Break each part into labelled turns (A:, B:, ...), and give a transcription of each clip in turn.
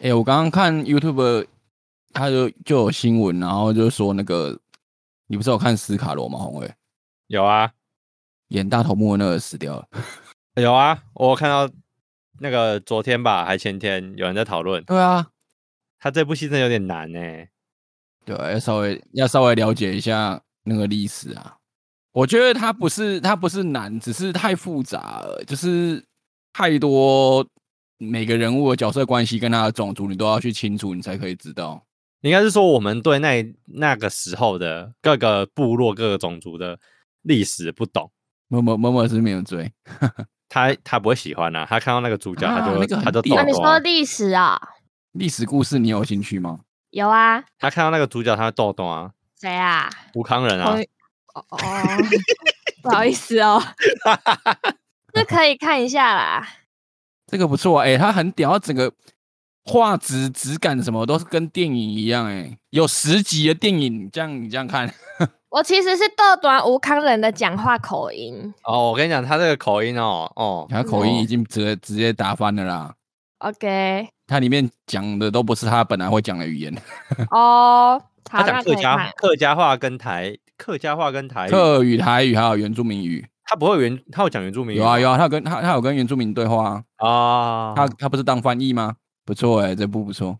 A: 哎、我刚刚看 YouTube，他就就有新闻，然后就说那个，你不是有看斯卡罗吗？红伟
B: 有啊，
A: 演大头目的那个死掉了，
B: 有啊，我看到那个昨天吧，还前天有人在讨论，
A: 对啊，
B: 他这部戏真的有点难欸
A: 对
B: 呢、
A: 啊，要稍微要稍微了解一下那个历史啊。我觉得它不是它不是难，只是太复杂了，就是太多每个人物的角色关系跟他的种族，你都要去清楚，你才可以知道。
B: 应该是说我们对那那个时候的各个部落、各个种族的历史不懂，
A: 某某某某是没有追，
B: 他他不会喜欢啊，他看到那个主角，
A: 啊
B: 他就、
A: 那个
B: 他
A: 很
B: 就
A: 屌
B: 抖
A: 啊
C: 啊，你
B: 抖啊、
C: 说历史啊、
A: 历史故事你有兴趣吗？
C: 有啊，
B: 他看到那个主角，他会抖抖啊，
C: 谁啊？
B: 吴康仁啊
C: 哦，哦 哦，不好意 思哦，这可以看一下啦。
A: 这个不错、啊，哎、它很屌，它整个画质质感什么都是跟电影一样、哎，有十集的电影，这样你这样看，
C: 我其实是豆短吴康人的讲话口音。
B: 哦，我跟你讲，他这个口音哦，哦，
A: 他口音已经直接直接打翻了啦。
C: OK，
A: 它里面讲的都不是他本来会讲的语言，
C: 哦，好，
A: 啊
B: 他
C: 那
B: 讲
C: 可
B: 客
C: 以
B: 家
C: 看。
B: 客家话跟台客家话跟台语，
A: 客语、台语还有原住民语，
B: 他不会原他有讲原住民
A: 有啊有
B: 啊
A: 啊，他有跟他他有跟原住民对话、啊，
B: 啊，
A: 他他不是当翻译吗？不错哎、这部不错，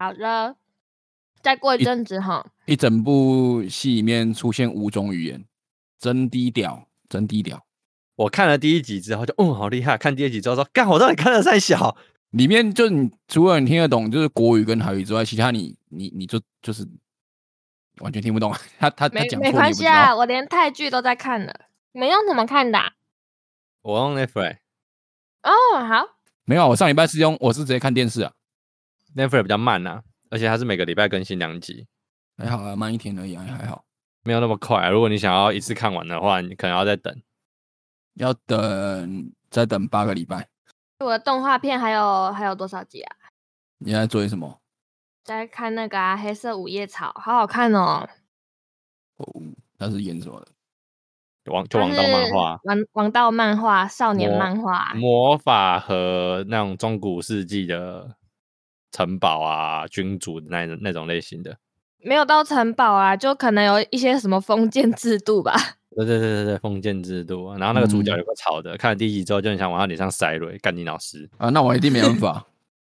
C: 好的，再过一
A: 一
C: 阵子哈。
A: 一整部戏里面出现五种语言，真低调，真低调。
B: 我看了第一集之后就，嗯，好厉害。看第二集之后说，干，我到底看了三小？
A: 里面就你除了你听得懂就是国语跟台语之外，其他你你你就就是完全听不懂。 他他他
C: 没
A: 讲错
C: 没
A: 你也
C: 关
A: 不知
C: 系啊，
A: 道。
C: 我连泰剧都在看了。你们用什么看的啊、
B: 我用 Netflix，Netflix
C: 哦，好，
A: 没啊有，我上礼拜是用我是直接看电视啊，
B: 比较慢啊，而且它是每个礼拜更新两集，
A: 还好啊，慢一天而已、啊，还好。
B: 没有那么快、啊如果你想要一次看完的话，你可能要再等。
A: 要等再等八个礼拜。
C: 我的动画片还有还有多少集啊？
A: 你在追什么？
C: 在看那个啊，《黑色五叶草》，好好看哦。
A: 哦，他是演什么的？
B: 王就
C: 它
B: 王道漫
C: 是
B: 画、嗯
C: 王王道漫画、少年
B: 魔
C: 漫画，
B: 魔法和那种中古世纪的城堡啊、君主的那那种类型的。
C: 没有到城堡啊，就可能有一些什么封建制度吧。
B: 对对对对对，封建制度啊。然后那个主角
A: 嗯
B: 有个草的，看了第一集之后就很想往他脸上塞雷，干你老师。
A: 啊，那我一定没办法。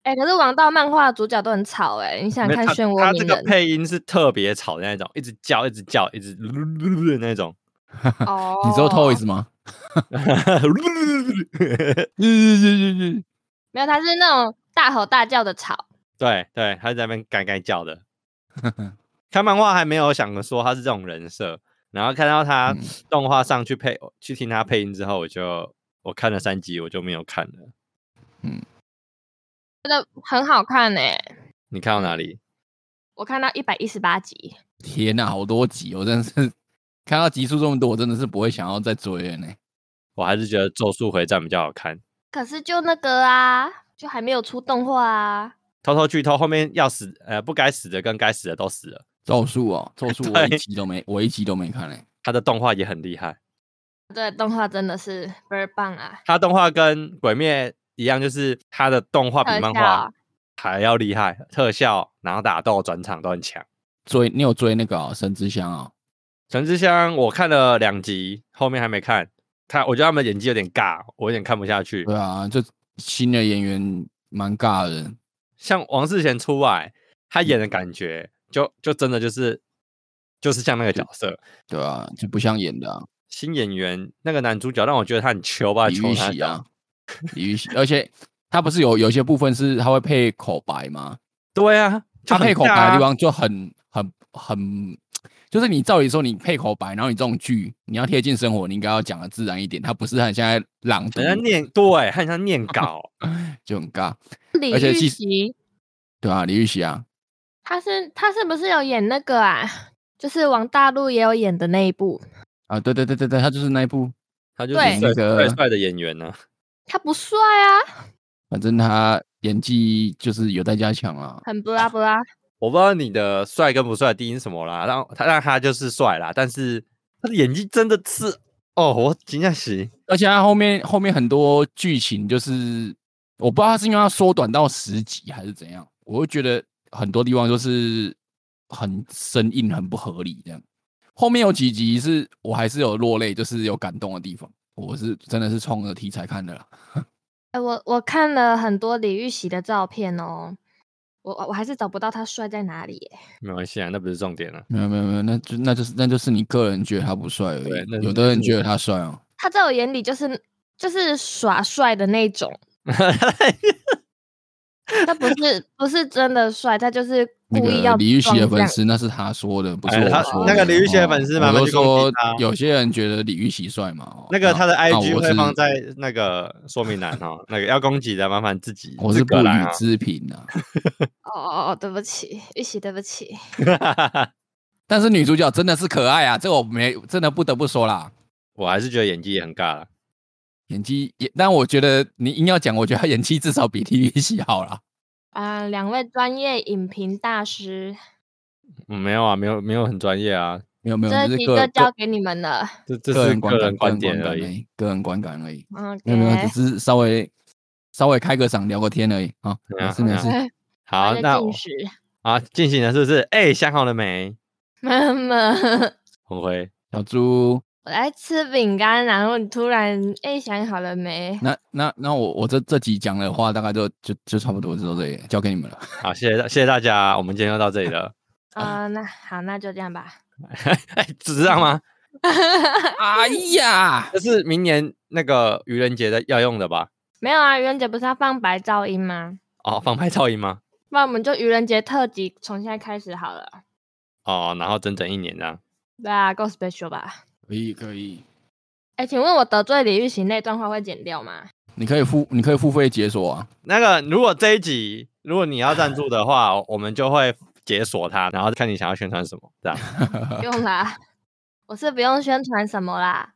C: 哎、可是王道漫画的主角都很吵哎、你想
B: 没有
C: 看
B: 他
C: 漩
B: 他
C: 涡
B: 这
C: 鸣
B: 个
C: 人
B: 配音是特别吵的那种，一直叫，一直叫，一直的那种。
C: 哦？
A: 你知道 Toys 吗？
C: 没有，他是那种大吼大叫的吵。
B: 对对，他是在那边该该叫 的。看漫画还没有想着说他是这种人设，然后看到他
A: 嗯
B: 动画上去配、去听他配音之后，我就我看了三集，我就没有看了。
C: 真的很好看哎、
B: 你看到哪里？
C: 我看到一百一十八集，
A: 天哪、好多集，我真的是看到集数这么多，我真的是不会想要再追了呢。
B: 我还是觉得《咒术回战》比较好看。
C: 可是就那个啊，就还没有出动画啊。
B: 偷偷剧透，后面要死呃不该死的跟该死的都死了。
A: 咒术哦，咒术我一
B: 对
A: 集都没，我一集都没看嘞、
B: 他的动画也很厉害，
C: 对，动画真的是倍儿棒啊！
B: 他动画跟《鬼灭》一样，就是他的动画比
C: 特
B: 漫
C: 效
B: 画还要厉害，特效然后打斗转场都很强。
A: 追你有追那个、哦《神之香》哦，
B: 陈之香，我看了两集，后面还没看。他，我觉得他们演技有点尬，我有点看不下去
A: 对。啊，这新的演员蛮尬的，
B: 像王世贤出来，他演
A: 嗯
B: 的感觉就就真的就是就是像那个角色。
A: 对啊，就不像演的、啊，
B: 新演员那个男主角让我觉得他很球吧，
A: 李
B: 球
A: 玉
B: 他
A: 玺啊，李玉玺，而且他不是有有一些部分是他会配口白吗？
B: 对啊，就
A: 他
B: 很
A: 配口
B: 尬
A: 白的
B: 啊
A: 地方就很很很，就是你照理说你配口白，然后你这种剧你要贴近生活，你应该要讲的自然一点，他不是很像在朗读
B: 很，像念，对，很像念 稿。
A: 就很尬，
C: 李
A: 而且
C: 玉
A: 其实
C: 玺，
A: 对啊，李玉玺啊，
C: 他是他是不是有演那个啊？就是王大陆也有演的那一部，
A: 啊，对对对对对，他就是那一部。
B: 他就
C: 对
B: 是帅
A: 那个
B: 帅帅的演员啊呢、
C: 他不帅啊，
A: 反正他演技就是有待加强啊啦。
C: 很不拉不拉。
B: 我不知道你的帅跟不帅的定义是什么啦，让他让他就是帅啦，但是他的演技真的是哦，我惊讶死。
A: 而且他后面后面很多剧情就是我不知道他是因为他缩短到十集还是怎样，我会觉得很多地方就是很生硬、很不合理这样。后面有几集是我还是有落泪，就是有感动的地方。我是真的是冲着题材看的啦。
C: 哎、我我看了很多李玉玺的照片哦，我我还是找不到他帅在哪里耶。
B: 没关系啊，那不是重点啊。
A: 没有没有没有，那就那就是那就是你个人觉得他不帅而
B: 对那
A: 已。
B: 是
A: 有的人觉得他帅哦，
C: 他在我眼里就是就是耍帅的那种，他不是不是真的帅，他就是
A: 那
C: 故意要
A: 个李玉玺的
C: 装这
A: 粉
C: 样
A: 丝那是他说的，不是
B: 哎
A: 我
B: 他
A: 说的。
B: 那个李玉玺的粉丝
A: 哦
B: 慢
A: 我
B: 慢
A: 都
B: 去攻击
A: 说
B: 他
A: 有些人觉得李玉玺帅嘛，哦
B: 那个他的
A: 那那
B: IG
A: 我
B: 会
A: 是
B: 放在那个说明栏哦，那个要攻击的麻烦自己
A: 我
B: 自
A: 是不
B: 个来
A: 予
B: 啊。
A: 置评的。
C: 哦哦哦，对不起，玉玺，对不起。
B: 啊
A: 但是女主角真的是可爱啊，这个我没真的不得不说啦，
B: 我还是觉得演技也很尬了。
A: 演技也，但我觉得你硬要讲，我觉得她演技至少比 TVC 好啦。
C: 啊、两位专业影评大师，
B: 嗯，没有啊，没有没有很专业啊，
A: 没有没有，
C: 这
A: 是
C: 一题
A: 个
C: 就
A: 人
C: 交给你们了。
B: 这这
A: 个
B: 是
A: 人
B: 个
A: 观
B: 人
A: 感、
B: 观
A: 观
B: 点而
A: 而
B: 已。
A: 已，个人观感而已。没
C: 嗯 OK，
A: 有没 有，只是稍微稍微开个嗓聊个天而已啊，
B: 对啊
A: 没事没
B: 对啊
A: 事。
B: 好，那我
C: 进食。
B: 啊进行了是不是？哎，想好了没？
C: 妈妈，
B: 红辉，
A: 小猪，
C: 我来吃饼干，然后你突然哎想好了没？
A: 那那那我我这这集讲的话，大概就就就差不多就到这里了，交给你们了。
B: 好，谢谢大谢谢大家，我们今天就到这里了。
C: 啊、那好，那就这样吧。
B: 哎，只是这样吗？
A: 哎呀，
B: 这是明年那个愚人节的要用的吧？
C: 没有啊，愚人节不是要放白噪音吗？
B: 哦，放拍噪音吗？
C: 那我们就愚人节特辑从现在开始好了。
B: 哦，然后整整一年这样。
C: 对啊，够 special 吧？
A: 可以可以，
C: 哎，请问我得罪李玉玺那段话会剪掉吗？
A: 你可以付你可以付费解锁啊。
B: 那个，如果这一集如果你要赞助的话，我我们就会解锁它，然后看你想要宣传什么，这样。
C: 不用啦，我是不用宣传什么啦。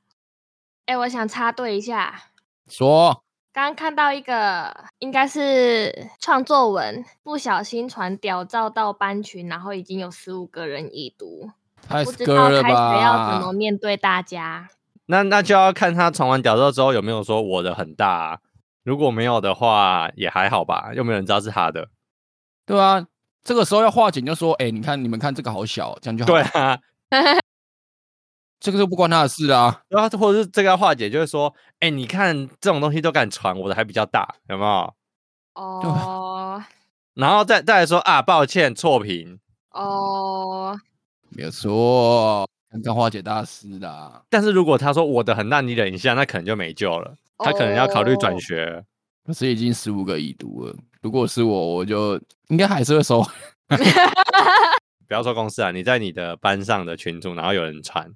C: 哎，我想插队一下，
A: 说
C: 刚刚看到一个应该是创作文，不小心传屌照到班群，然后已经有十五个人已读，
A: 太
C: 不知道
A: scar 了
C: 开学要怎么
A: 吧？啊
C: 面对大家。
B: 那那就要看他传完屌照之后有没有说我的很大啊、如果没有的话，也还好吧，又没有人知道是他的。
A: 对啊，这个时候要化解，你就说，哎、你看你们看这个好小，这样就好。
B: 对，啊，
A: 这个就不关他的事啊。
B: 然后或者是这个要化解，就是说，哎、你看这种东西都敢传，我的还比较大，有没有？
C: 哦
B: 然后再再来说啊，抱歉，错评。
C: 哦，
A: 没有错，刚刚化解大师的，
B: 但是如果他说我的很大，你忍一下，那可能就没救了，他可能要考虑转
C: 哦。
B: 学了。
A: 可是已经十五个已读了。如果是我，我就应该还是会收。
B: 不要说公司啊，你在你的班上的群组，然后有人传，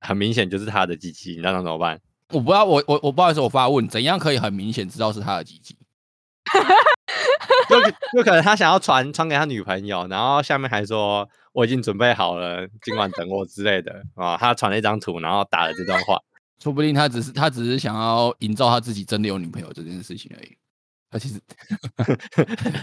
B: 很明显就是他的鸡鸡，你那怎么办？
A: 我不知道，我我我不好意思，我发问，怎样可以很明显知道是他的鸡鸡？
B: 就可就可能他想要传传给他女朋友，然后下面还说我已经准备好了，今晚等我之类的啊、 哦他传了一张图，然后打了这段话，
A: 说不定他只是他只是想要营造他自己真的有女朋友这件事情而已。他其实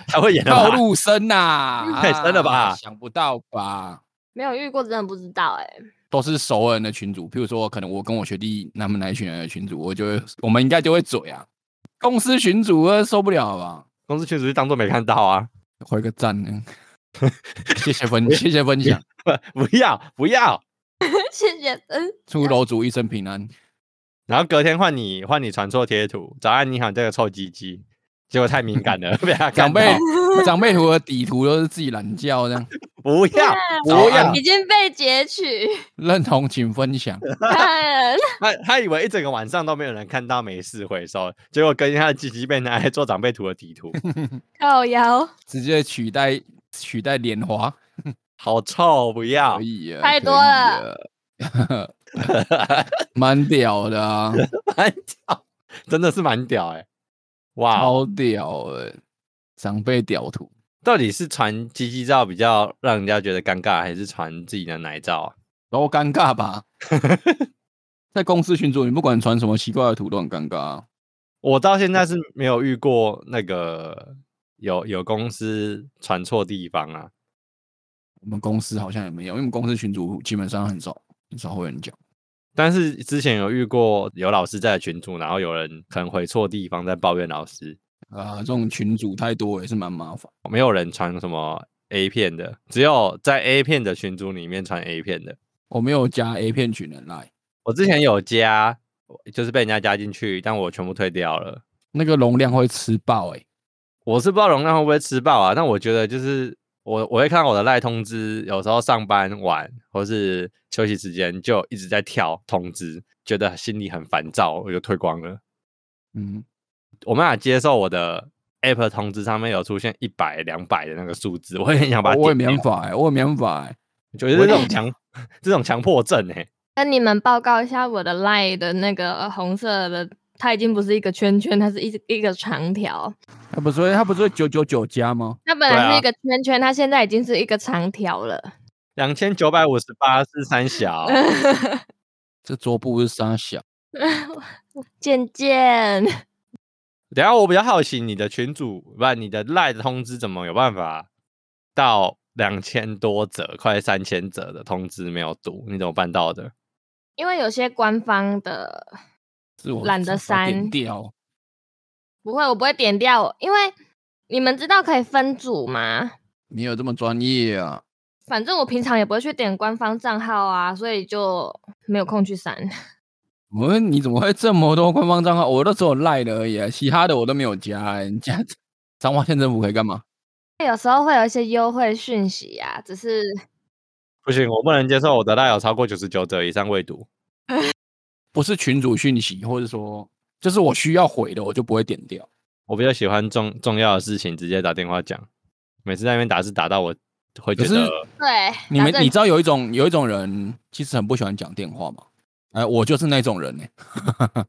B: 他会演的
A: 套
B: 吧？
A: 路深呐、
B: 太 深了吧
A: 啊想不到吧？
C: 没有遇过，真的不知道哎、
A: 都是熟人的群组，譬如说，可能我跟我学弟他们那一群人的群组，我就会，我们应该就会嘴啊。公司群组呃受不了吧？
B: 公司群主就当做没看到啊！
A: 回个赞呢，谢谢分，谢谢分享，
B: 不不要不要，
C: 谢谢嗯分
A: 祝楼主一生平安。
B: 然后隔天换你换你传错贴图，早安你好，你这个臭鸡鸡，结果太敏感了， 被他看
A: 长
B: 到
A: 辈长辈图的底图都是自己懒觉这样，
B: 不要
A: 啊早
B: 不
A: 安
B: 要，
C: 已经被 截取。
A: 认同请分享。
C: 看
B: 他他以为一整个晚上都没有人看到，没事回收，结果跟他的鸡鸡被拿来做长辈图的底 图，
C: 靠腰，
A: 直接取代取代莲花，
B: 好臭，不要
A: 可！以啊，
C: 太
A: 可
C: 多
A: 以
C: 了
A: 啊，蛮屌的啊，
B: 蛮屌，真的是蛮屌哎、哇，
A: 超屌的，长辈屌图。
B: 到底是传鸡鸡照比较让人家觉得尴尬，还是传自己的奶照啊？
A: 都尴尬吧？在公司群组，你不管传什么奇怪的图都很尴尬、啊。
B: 我到现在是没有遇过那个有有公司传错地方啊，
A: 我们公司好像也没有，因为我们公司群组基本上很少很少会有人讲。
B: 但是之前有遇过有老师在群组，然后有人可能回错地方在抱怨老师，
A: 啊，这种群组太多也是蛮麻烦。
B: 没有人传什么 A 片的，只有在 A 片的群组里面传 A 片的。
A: 我没有加 A 片群人来，
B: 我之前有加，就是被人家加进去，但我全部退掉了。
A: 那个容量会吃爆哎、
B: 我是不知道容量会不会吃爆啊，但我觉得就是我我会看到我的赖通知，有时候上班晚或是休息时间就一直在跳通知，觉得心里很烦躁，我就退光了。
A: 嗯，
B: 我没办法接受我的 App 通知上面有出现一百、两百的那个数字，哦我也很想把它
A: 我也
B: 点
A: 没
B: 掉
A: 办法哎、我也没办法哎、
B: 我觉得这种强 这种强迫症哎、
C: 跟你们报告一下，我的 line 的那个红色的，它已经不是一个圈圈，它是一一个长条。
A: 他不是会他不是九九九加吗？
C: 它本
B: 对
C: 来
B: 啊
C: 是一个圈圈，它现在已经是一个长条了。
B: 两千九百五十八是三小，
A: 这桌布是三小，
C: 渐渐，
B: 等一下我比较好奇你的群主不然你的赖的通知怎么有办法到两千多则，快三千则的通知没有读，你怎么办到的？
C: 因为有些官方的
A: 是我
C: 懒得
A: 早早点
C: 删
A: 掉。
C: 不会，我不会点掉，因为你们知道可以分组吗？
A: 你有这么专业啊？
C: 反正我平常也不会去点官方账号啊，所以就没有空去删。
A: 我问你怎么会这么多官方账号？我都只有赖的而已、啊，其他的我都没有加、欸。你加彰化县政府可以干嘛？
C: 有时候会有一些优惠讯息啊，只是
B: 不行，我不能接受我的赖有超过九十九则以上未读。
A: 不是群主讯息，或者说就是我需要回的，我就不会点掉。
B: 我比较喜欢重重要的事情直接打电话讲，每次在那边打字打到我会觉
A: 可是
B: 得
C: 对
A: 你们
C: 打字
A: 你知道有一种有一种人其实很不喜欢讲电话吗？哎、我就是那种人呢、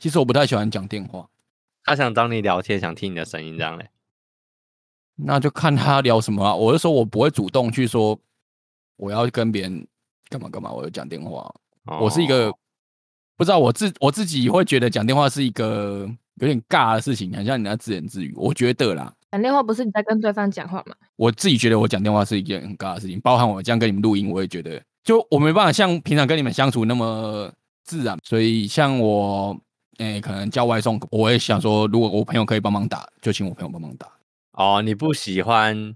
A: 其实我不太喜欢讲电话，
B: 他想找你聊天，想听你的声音这样嘞。
A: 那就看他聊什么啊。我就说我不会主动去说我要跟别人干嘛干嘛，我就讲电话。啊我是一
B: 哦
A: 个不知道我自我自己会觉得讲电话是一个有点尬的事情，很像你在自言自语。我觉得啦，
C: 打电话不是你在跟对方讲话吗？
A: 我自己觉得我讲电话是一件很尬的事情，包含我这样跟你们录音，我也觉得就我没办法像平常跟你们相处那么自然，所以像我。诶、可能叫外送，我也想说，如果我朋友可以帮忙打，就请我朋友帮忙打。
B: 哦，你不喜欢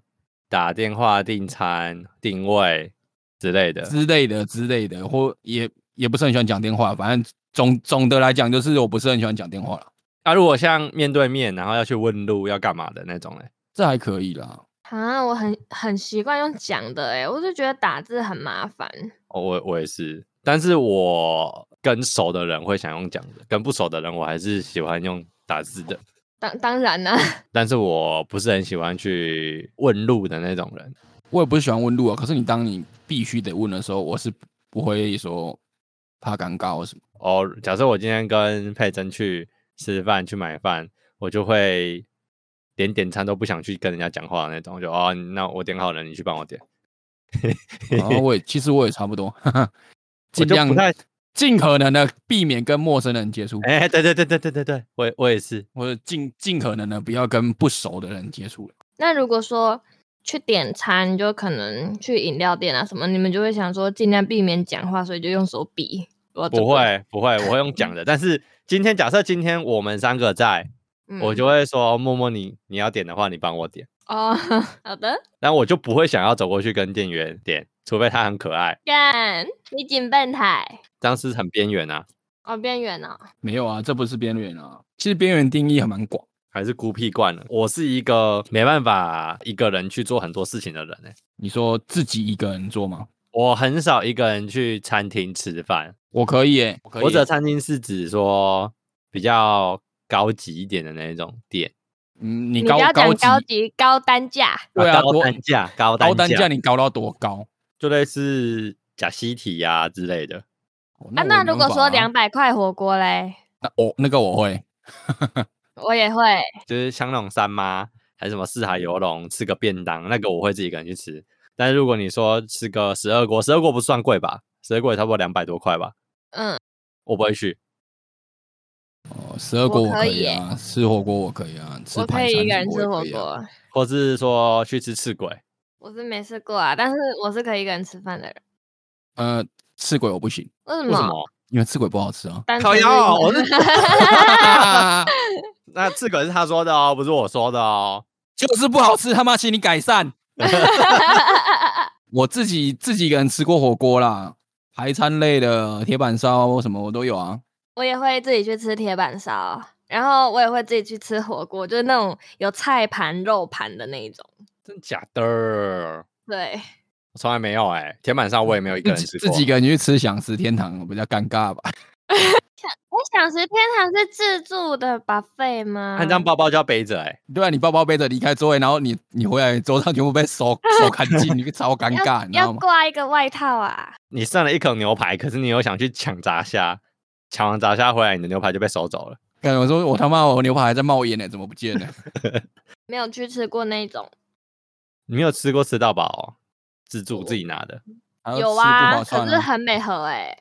B: 打电话订餐、定位之类的，
A: 之类的之类的，或也也不是很喜欢讲电话。反正总总的来讲，就是我不是很喜欢讲电话了。
B: 啊，如果像面对面，然后要去问路要干嘛的那种嘞，
A: 这还可以啦。
C: 啊，我很很习惯用讲的诶、我就觉得打字很麻烦。
B: 哦，我我也是，但是我跟熟的人会想用讲的，跟不熟的人我还是喜欢用打字的，
C: 当当然啦、
B: 但是我不是很喜欢去问路的那种人。
A: 我也不是喜欢问路啊，可是你当你必须得问的时候，我是不会说怕尴尬或什 么。
B: 哦，假设我今天跟佩珍去吃饭去买饭，我就会连点餐都不想去跟人家讲话的那种，就哦，那我点好了，你去帮我点。
A: 然后我也其实我也差不多， 哈哈，
B: 我
A: 尽
B: 就
A: 量
B: 不太，
A: 尽可能的避免跟陌生人接触，
B: 哎、对对对对对对对，我也我也是，
A: 或者尽尽可能的不要跟不熟的人接触了。
C: 那如果说去点餐，就可能去饮料店啊什么，你们就会想说尽量避免讲话，所以就用手比。我
B: 不，会不会，我会用讲的。但是今天假设今天我们三个在，
C: 嗯
B: 我就会说哦默默你你要点的话，你帮我点，
C: 哦， 好的，
B: 但我就不会想要走过去跟店员点，除非他很可爱，
C: 干，你紧笨台，
B: 这样是很边缘啊，
C: 哦，边缘哦，
A: 没有啊，这不是边缘啊，其实边缘定义还蛮广。
B: 还是孤僻惯了。我是一个没办法一个人去做很多事情的人、欸，
A: 你说自己一个人做吗？
B: 我很少一个人去餐厅吃饭，
A: 我可以诶、我可以
B: 我指
A: 欸、
B: 的餐厅是指说比较高级一点的那种店，
A: 嗯，你
C: 你不
A: 高
C: 要讲
A: 级
C: 高级高单价，
A: 对啊，
B: 高
A: 多
B: 单价，
A: 高
B: 高
A: 单
B: 单
A: 价你高到多高？
B: 就类似假西体呀、之类的。
A: 哦
C: 啊，
A: 我
C: 那
A: 没
C: 如果
A: 办
C: 说
A: 法
C: 两
A: 啊，
C: 百块火锅嘞，
A: 那我那个我会，
C: 我也会，
B: 就是像那种三妈还是什么四海游龙吃个便当，那个我会自己一个人去吃。但是如果你说吃个十二锅，十二锅不算贵吧？十二锅也差不多两百多块吧？
C: 嗯，
B: 我不会去。
A: 哦，十二锅
C: 我
A: 我
C: 可
A: 可
C: 以
A: 以啊，吃火锅我可以啊，吃
C: 我可
A: 排
C: 以
A: 餐
C: 一个人
A: 我
C: 吃
A: 也
C: 火
A: 可以啊
C: 锅，
B: 或是说去吃赤鬼，
C: 我是没试过啊，但是我是可以一个人吃饭的人，
A: 呃，吃鬼我不行，
C: 为什
B: 为什
C: 么？
B: 么？
A: 因为吃鬼不好 吃啊。
C: 单
B: 烤
C: 纯
B: 鸭哦，我是
A: 啊
B: 那刺鬼是他说的哦，不是我说的哦。
A: 就是不好吃，他妈请你改善。 我自己自己一个人吃过火锅啦，排餐类的铁板烧什么我都有啊。
C: 我也会自己去吃铁板烧，然后我也会自己去吃火锅，就是那种有菜盘、肉盘的那一种。
B: 真假的？我
C: 对，
B: 从来没有哎、铁板烧我也没有一个
A: 嗯自
B: 人
A: 己
B: 吃
A: 自
B: 过。
A: 己一个人去吃享食天堂比较尴尬吧？
C: 我想食天堂是自助的 buffet 吗？
A: 啊
B: 按张包包叫背着哎、
A: 对啊，你包包背着离开座位，然后你你回来桌上全部被手手砍尽， 你超尴尬，你知道
C: 要
A: 吗？
C: 挂一个外套啊。
B: 你剩了一口牛排，可是你又想去抢炸虾，抢完炸虾回来，你的牛排就被收走了。
A: 感觉我说我他妈我牛排还在冒烟呢、怎么不见了？
C: 没有去吃过那种，
B: 你没有吃过吃到饱、哦，自助自己拿的。
A: 还要
C: 有
A: 吃不
C: 啊，
A: 划算
C: 可是很美和哎、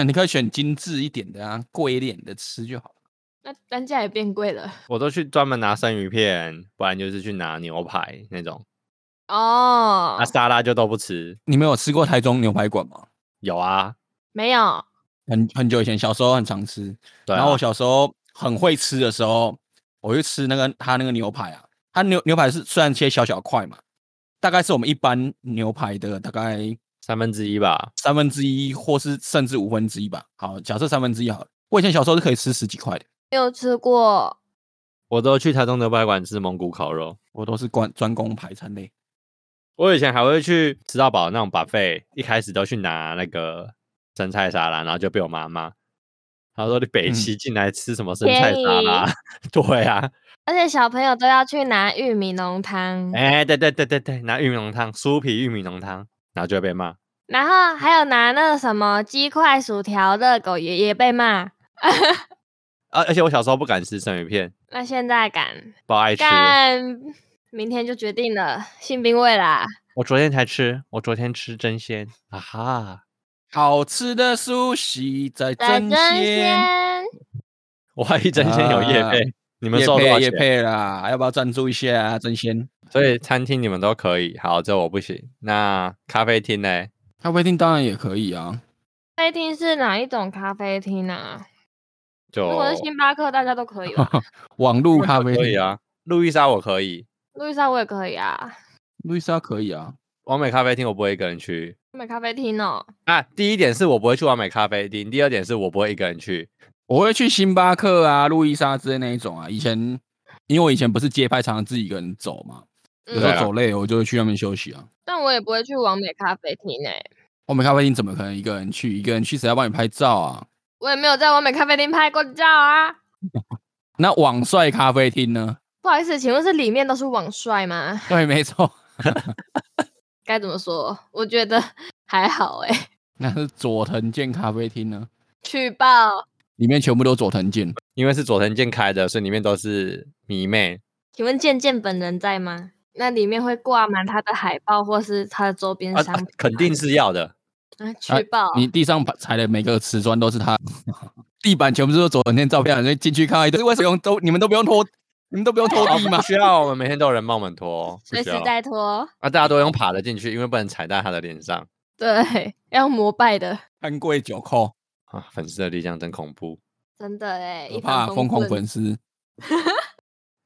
A: 你可以选精致一点的啊，贵一点的吃就好了。
C: 那单价也变贵了
B: 我都去专门拿生鱼片，不然就是去拿牛排那种。
A: 啊
C: 哦
B: 那、。沙拉就都不吃。
A: 你们有吃过台中牛排馆吗？
B: 有啊，
C: 没有，
A: 很很久以前，小时候很常吃。
B: 对啊。
A: 然后我小时候很会吃的时候，我去吃那个他那个牛排啊，他牛牛排是虽然切小小块嘛，大概是我们一般牛排的大概
B: 三分之一吧，
A: 三分之一或是甚至五分之一吧。好，假设三分之一好了。我以前小时候是可以吃十几块的，
C: 没有吃过。
B: 我都去台中牛排馆吃蒙古烤肉。
A: 我都是专专攻排餐类。
B: 我以前还会去吃到饱那种 buffet，一开始都去拿那个生菜沙拉，然后就被我妈骂，她说你北
A: 嗯
B: 齐进来吃什么生菜沙
C: 便
B: 拉？ 对啊，
C: 而且小朋友都要去拿玉米浓汤，
B: 哎、对对对对对，拿玉米浓汤，酥皮玉米浓汤，然后就会被骂。
C: 然后还有拿那个什么鸡块、薯条、热狗也也被骂。
B: 而、啊而且我小时候不敢吃生鱼片，
C: 那现在敢
B: 不爱吃。
C: 干，明天就决定了，性兵卫啦。
B: 我昨天才吃，我昨天吃真鲜啊哈！
A: 好吃的苏西在
C: 来
A: 争
C: 争
A: 先，
C: 先，
B: 我怀疑真鲜有叶
A: 啊
B: 配，你们
A: 也
B: 收多少
A: 配也啊
B: 钱？
A: 配啦，要不要赞助一下啊？争先
B: 所以餐厅你们都可以，好，这我不行。那咖啡厅呢？
A: 咖啡厅当然也可以啊，？
C: 咖啡厅是哪一种咖啡厅啊？
B: 就
C: 如果
B: 哦
C: 是星巴克，大家都可以吧
A: 网络咖啡
B: 可以
A: 厅，
B: 啊，路易莎我可以，
C: 路易莎我也可以啊，
A: 路易莎可以啊，
B: 完美咖啡厅我不会一个人去
C: 美咖啡厅哦。
B: 啊。第一点是我不会去完美咖啡厅，第二点是我不会一个人去。
A: 我会去星巴克啊、路易莎之类那一种啊。以前因为我以前不是街拍，常常自己一个人走嘛，有时
B: 对
A: 候
B: 啊
A: 走累了我就会去那边休息啊。
C: 嗯但我也不会去完美咖啡厅诶、欸
A: 我们咖啡厅怎么可能一个人去？一个人去谁要帮你拍照啊？
C: 我也没有在完美咖啡厅拍过照啊。
A: 那网帅咖啡厅呢？
C: 不好意思，请问是里面都是网帅吗？
A: 对，没错，
C: 该怎么说？我觉得还好欸诶、
A: 那是佐藤健咖啡厅呢，
C: 去报，
A: 里面全部都佐藤健。啊
B: 因为是佐藤健开的，所以里面都是迷妹。
C: 请问健健本人在吗？那里面会挂满他的海报或是他的周边
B: 啊
C: 商
B: 啊
C: 品、
B: 肯定。是要 的。
C: 啊，去报、
A: 你地上踩的每个瓷砖都是他， 地板全部都是佐藤健照片啊，所以进去看到一堆。为什么都你们都不用拖，你们都不用拖地吗
B: 不？需要，我们每天都有人帮我们拖，不
C: 随
B: 需
C: 时
B: 要。
C: 在拖。
B: 啊，大家都用爬的进去，因为不能踩在他的脸上
C: 对，要膜拜的，
A: 看贵九扣，
B: 啊。粉丝的力量真恐怖。
C: 真的哎，
A: 可
C: 一
A: 怕
C: 帆
A: 疯狂
C: 棍
A: 粉丝。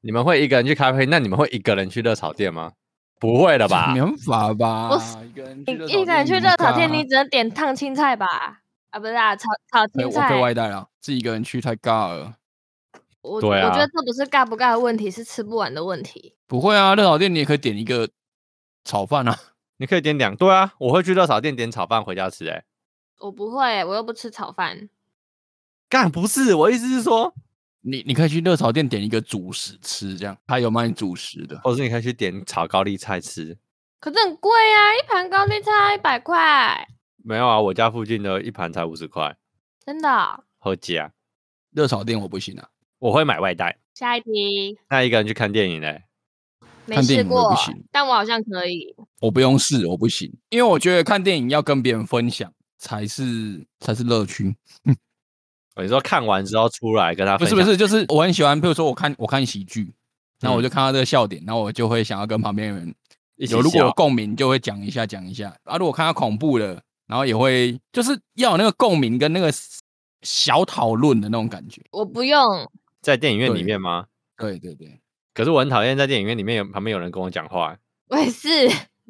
B: 你们会一个人去咖啡？那你们会一个人去热炒店吗？不会的 吧
A: 没？办法吧？
C: 不是
A: 一个人
C: 你
A: 去热炒
C: 一个人去
A: 店
C: 热炒店，
A: 尬
C: 你只能点烫青菜吧？啊，不是啊，炒炒
A: 可以我
C: 青
A: 可以
C: 菜。
A: 外带了，自己一个人去太尬了。
C: 我
B: 对
C: 我觉
B: 啊
C: 得这不是尬不尬的问题，是吃不完的问题。
A: 不会啊，热炒店你也可以点一个炒饭啊。
B: 你可以点两对啊，我会去热炒店点炒饭回家吃、欸。哎，
C: 我不会，我又不吃炒饭。
B: 干不是，我意思是说，
A: 你你可以去热炒店点一个主食吃，这样它有卖主食的。
B: 或是你可以去点炒高丽菜吃。
C: 可是很贵啊，一盘高丽菜一百块，
B: 没有啊，我家附近的一盘才五十块，
C: 真的哦、
B: 喝家
A: 热炒店我不行啊，
B: 我会买外带。
C: 下一题，
B: 那一个人去看电影嘞，
C: 没
A: 看电
C: 试
A: 影我也不
C: 过
A: 行，
C: 但我好像可以。
A: 我不用试，我不行，因为我觉得看电影要跟别人分享才是才是乐趣。
B: 哦你说看完之后出来跟他
A: 不
B: 啊分
A: 是
B: 享
A: 不是，就是我很喜欢，比如说我看我看喜剧，那我
B: 嗯
A: 就看到这个笑点，然后我就会想要跟旁边人
B: 一起
A: 有如果有
B: 笑
A: 共鸣就会讲一下讲一下啊，如果看到恐怖的，然后也会就是要有那个共鸣跟那个小讨论的那种感觉。
C: 我不用，
B: 在电影院里
A: 对
B: 面吗？
A: 对对对，
B: 可是我很讨厌在电影院里面有旁边有人跟我讲话、
C: 我也是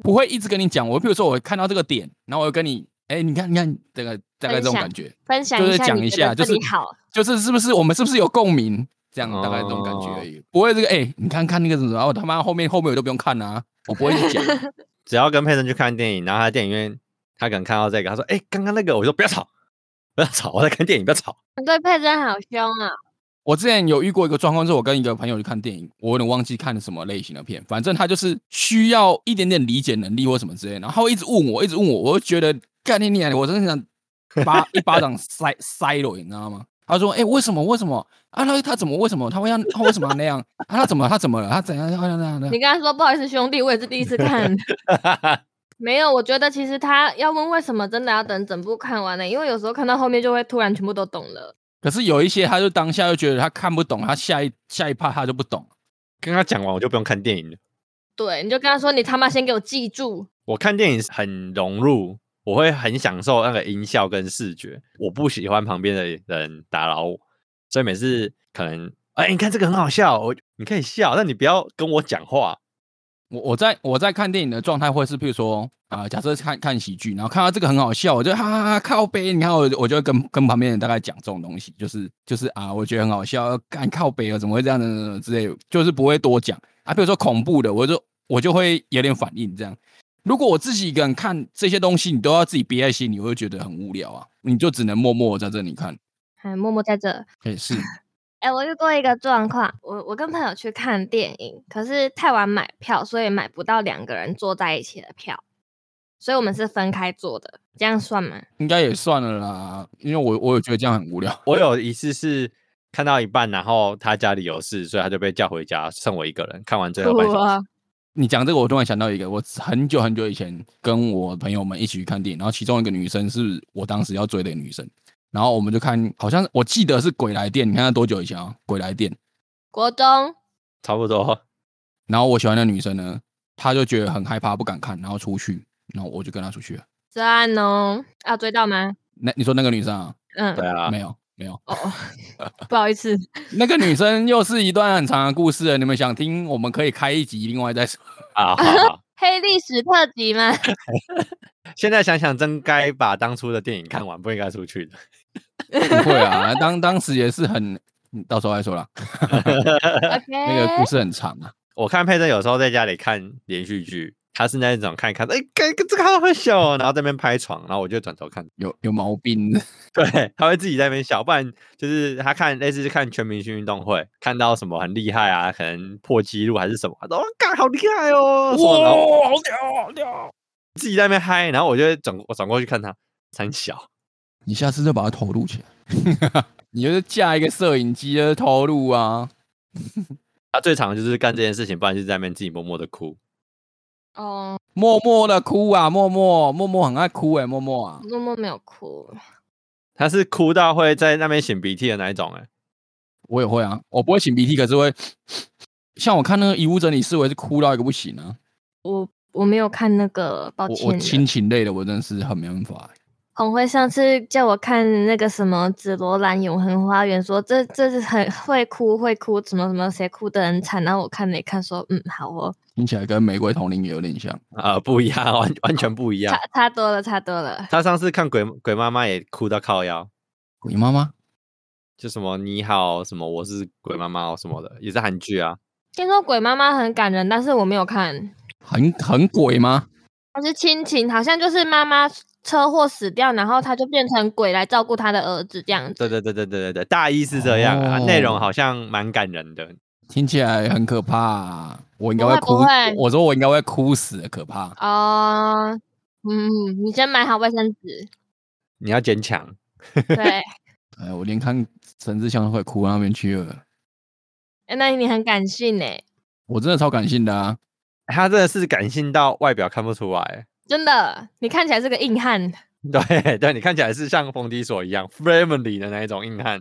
A: 不会一直跟你讲。我比如说我看到这个点，然后我又跟你，哎，你看你看，大概大概这种
C: 分享
A: 感觉，
C: 分享
A: 就是
C: 下
A: 讲
C: 你
A: 一
C: 觉
A: 下
C: 得这
A: 就是
C: 里好，
A: 就是是不是我们是不是有共鸣？这样大概这种感觉
B: 哦
A: 而已，不会这个哎、你看看那个什么，然哦后他妈后面后面我都不用看啊，我不会去讲。
B: 只要跟佩珍去看电影，然后他在电影院，他可能看到这个，他说：“哎、刚刚那个，我说不要吵，不要吵，我在看电影，不要吵。
C: 你对佩珍好凶 啊！
A: 我之前有遇过一个状况，就是我跟一个朋友去看电影，我有点忘记看了什么类型的片，反正他就是需要一点点理解能力或什么之类的，然后他会一直问我，一直问我，我就觉得干你娘的，我真的想 巴一巴掌塞塞了，你知道吗？他说：“哎、为什么？为什么啊？他他怎么？为什么？他会要他为什么要那样？啊，他怎么？他怎么了？他怎样？他怎样？他
C: 你刚才说不好意思，兄弟，我也是第一次看。 没有，我觉得其实他要问为什么，真的要等整部看完呢、因为有时候看到后面就会突然全部都懂了。
A: 可是有一些，他就当下就觉得他看不懂，他下一下一趴他就不懂。”
B: 跟他讲完，我就不用看电影了。
C: 对，你就跟他说，你他妈先给我记住，
B: 我看电影是很融入，我会很享受那个音效跟视觉，我不喜欢旁边的人打扰我，所以每次可能，哎、你看这个很好笑，我你可以笑，但你不要跟我讲话。
A: 我我在我在看电影的状态会是，譬如说啊、假设看看喜剧，然后看到这个很好笑，我就哈哈哈靠背，你看我我就会跟跟旁边人大概讲这种东西，就是就是啊，我觉得很好笑，干靠背哦，怎么会这样的之类的，就是不会多讲啊。比如说恐怖的，我就我就会有点反应这样。如果我自己一个人看这些东西，你都要自己憋在心里，我就觉得很无聊啊，你就只能默默地在这里看。
C: 还哎默默在这。
A: 也是，
C: 哎、我遇过一个状况，我我跟朋友去看电影，可是太晚买票，所以买不到两个人坐在一起的票，所以我们是分开坐的，这样算吗？
A: 应该也算了啦，因为我我也觉得这样很无聊。
B: 我有一次是看到一半，然后他家里有事，所以他就被叫回家，剩我一个人看完
A: 啊
B: 最后半小时。
C: 哇
A: 你讲这个，我突然想到一个，我很久很久以前跟我朋友们一起去看电影，然后其中一个女生是我当时要追的女生，然后我们就看，好像我记得是《鬼来电》，你看她多久以前啊？《鬼来电》，
C: 国中
B: 差不多。
A: 然后我喜欢的女生呢，她就觉得很害怕，不敢看，然后出去，然后我就跟她出去了。
C: 赞哦，要追到吗？
A: 那你说那个女生啊？
C: 嗯，
B: 对啊，
A: 没有，没有，
C: 哦，不好意思，
A: 那个女生又是一段很长的故事了。你们想听，我们可以开一集，另外再说。
B: 啊，好 好
C: 黑历史特辑吗？
B: 现在想想，真该把当初的电影看完，不应该出去的。
A: 不会啊，当当时也是很，到时候再说啦。
C: OK，
A: 那个故事很长啊。
B: 我看佩珍有时候在家里看连续剧，她是那一种看一看，哎、看这个好好笑哦，然后在那边拍床，然后我就转头看。
A: 有有毛病，
B: 对，她会自己在那边笑，不然就是她看类似是看全明星运动会，看到什么很厉害啊，可能破纪录还是什么，然后干好厉害哦，什么然后
A: 哇，好屌，好屌！
B: 自己在那边嗨，然后我就会转我转过去看她，三小。
A: 你下次就把它投入起来， 你就是架一个摄影机的投入啊。
B: 她最常就是干这件事情，不然就是在那边自己默默的哭。
C: 哦，
A: 默默的哭啊，默默，默默很爱哭哎、默默啊，
C: 默默没有哭，
B: 她是哭到会在那边擤鼻涕的那一种、哎。
A: 我也会啊，我不会擤鼻涕，可是会，像我看那个遗物整理师，我也是哭到一个不行啊。
C: 我我没有看那个，抱
A: 我我
C: 歉了，
A: 亲情类的，我真的是很没办法、
C: 红辉上次叫我看那个什么《紫罗兰永恒花园》说，这这是很会哭会哭，什么什么谁哭得很惨，然后我看了一看说，嗯，好哦，
A: 听起来跟玫瑰童林也有点像。
B: 啊、不一样，完完全不一样
C: 差。差多了，差多了。
B: 他上次看鬼鬼妈妈也哭到靠腰，
A: 鬼妈妈，
B: 就什么你好，什么我是鬼妈妈哦什么的，也是韩剧啊。
C: 听说鬼妈妈很感人，但是我没有看，
A: 很很鬼吗？
C: 它是亲情，好像就是妈妈车祸死掉，然后她就变成鬼来照顾她的儿子这样子。
B: 对对对对对对对，大意是这样啊，内、容好像蛮感人的。
A: 听起来很可怕、啊，我应该
C: 不
A: 哭。
C: 会不会
A: 我说我应该会哭死的，可怕。
C: 哦，嗯，你先买好卫生 纸。
B: 你要坚强，
C: 对，
A: 哎，我连看神之像都快哭到那边去了，
C: 欸那你很感性欸呢、
A: 我真的超感性的啊。
B: 他真的是感性到外表看不出来。
C: 真的，你看起来是个硬汉。
B: 对对，你看起来是像冯迪所一样 family 的那一种硬汉。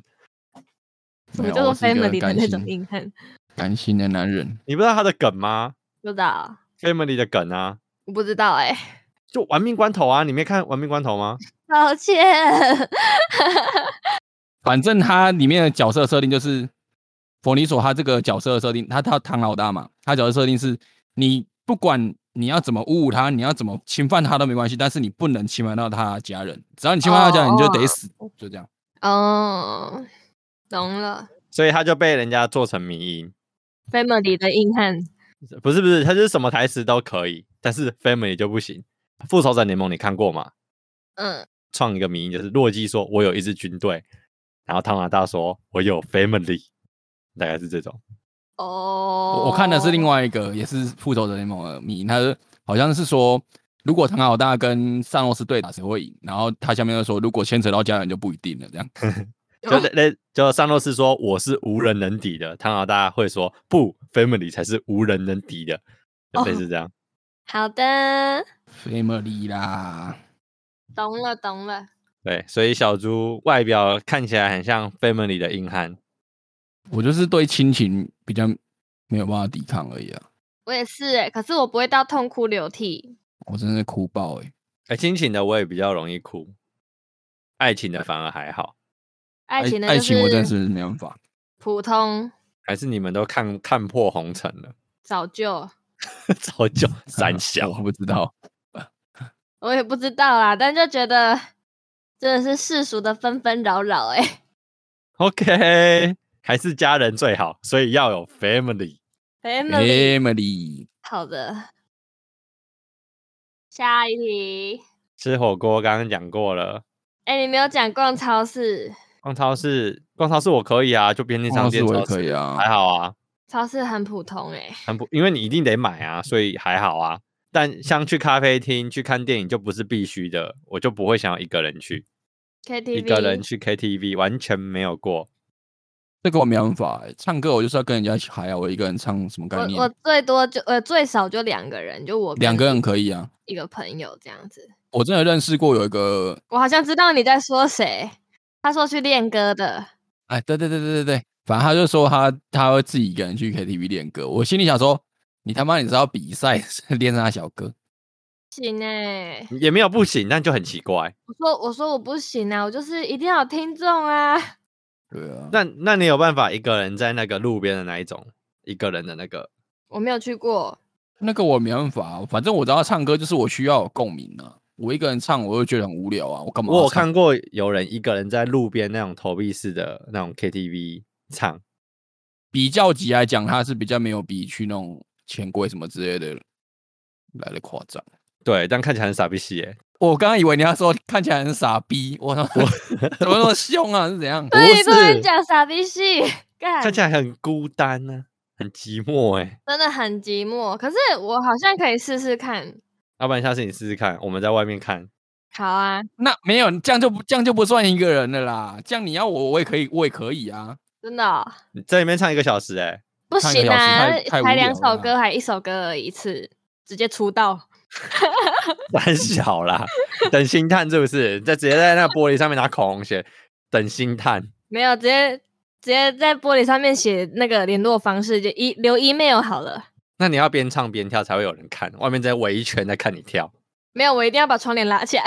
A: 没
C: 什么
A: 有
C: 叫做
A: 我是一个
C: family 的
A: 感
C: 那种
A: 性
C: 硬汉？
A: 感性的男人，
B: 你不知道他的梗吗
C: 不知道，
B: ？family 的梗啊，
C: 我不知道哎、
B: 就玩命关头啊！你没看玩命关头吗？
C: 抱歉。
A: 反正它里面的角色设定就是佛尼索，他这个角色的设定，他他唐老大嘛，他角色设定是你不管你要怎么侮辱他，你要怎么侵犯他都没关系，但是你不能侵犯到他的家人，只要你侵犯到他的家人，你就得死，就这样。
C: 哦，懂了
B: 所以他就被人家做成迷因。
C: ，family 的硬汉，
B: 不是不是，他就是什么台词都可以，但是 family 就不行。复仇者联盟你看过吗？
C: 嗯，
B: 创一个名就是洛基说：“我有一支军队。”然后汤马大说：“我有 family。”大概是这种。
A: 我
C: 哦，
A: 我看的是另，外一个，也是复仇者联盟的迷，他是好像是说，如果唐老大跟萨诺斯对打，谁会赢？然后他下面就说，如果牵扯到家人就不一定了，这样。
B: 就
C: 哦
B: 那、就上洛斯说我是无人能敌的，汤老大会说不，family 才是无人能敌的，就类似这样。
C: 好的，
A: Family 啦，
C: 懂了懂了，
B: 对，所以小猪外表看起来很像 family 的硬汉，
A: 我就是对亲情比较没有办法抵抗而已啊，
C: 我也是哎，可是我不会到痛哭流涕，
A: 我真的哭爆哎、
B: 哎、亲情的我也比较容易哭，爱情的反而还好。
A: 欸！
C: 爱情的
A: 爱
C: 就
A: 情我真的
C: 是
A: 是没办 法，
C: 普通
B: 还是你们都看看破红尘了，
C: 早就，
B: 早就三小
A: 我。不知道。
C: 我也不知道啦，但就觉得真的是世俗的纷纷扰扰哎
B: OK，还 是家人最好，所以要有 family。
C: ，family，
A: Family，
C: 好的，下一题。
B: 吃火锅刚刚讲过了，
C: 哎、你没有讲逛超市，
B: 逛超市，逛超市我可以啊，就便利商
A: 上
B: 店
A: 次我也
B: 超市
A: 可以啊，
B: 还好啊。
C: 超市很普通哎、欸。
B: 很不，因为你一定得买啊，所以还好啊。但像去咖啡厅、去看电影就不是必须的，我就不会想要一个人去，
C: KTV
B: 一个人去 KTV 完全没有过。
A: 这个我没办法、欸。唱歌我就是要跟人家一起嗨啊，我一个人唱什么概
C: 我
A: 念
C: 我？最多就呃最少就两个人，就我跟
A: 两个人可以啊。
C: 一个朋友这样子。
A: 我真的认识过有一个，
C: 我好像知道你在说谁，他说去练歌的，
A: 哎，对对对对对对，反正他就说他他会自己一个人去 KTV 练歌。我心里想说，你他妈你知道比赛 练上小歌？
C: 行哎、
B: 也没有不行，但就很奇怪。
C: 我说我说我不行啊，我就是一定要有听众啊。
A: 对啊，
B: 那那你有办法一个人在那个路边的那一种，一个人的那个？
C: 我没有去过，
A: 那个我没办法，啊反正我知道唱歌就是我需要有共鸣啊。我一个人唱，我就觉得很无聊啊，我干嘛？
B: 我有看，过有人一个人在路边那种投币式的那种 KTV 唱，
A: 比较级来讲，他是比较没有比去那种钱柜什么之类的来的夸张。
B: 对，但看起来很傻逼戏耶。
A: 我刚刚以为你要说看起来很傻逼，我操，怎么那么凶啊？是怎样？
C: 对你
B: 是
C: 突然讲傻逼戏，干
B: 看起来很孤单呢、很寂寞哎。
C: 真的很寂寞。可是我好像可以试试看，
B: 要不然下次你试试看，我们在外面看。
C: 好啊，
A: 那没有，这样就不这样就不算一个人了啦。这样你要我，我也可以，我也可以啊。
C: 真的哦、
B: 你在里面唱一个小时、欸，哎，
C: 不
A: 唱一个
C: 行
A: 小时
C: 啊
A: 太，太无
C: 才两
A: 聊
C: 首
A: 了
C: 歌，还一首歌而已，一次直接出道。
B: 胆小 啦，等星探是不是？再直接在那个玻璃上面拿口红写“等星探
C: 没有，直接直接在玻璃上面写那个联络方式，就一留 email 好了。”。
B: 那你要边唱边跳才会有人看，外面在围一圈在看你跳。
C: 没有，我一定要把窗帘拉起来。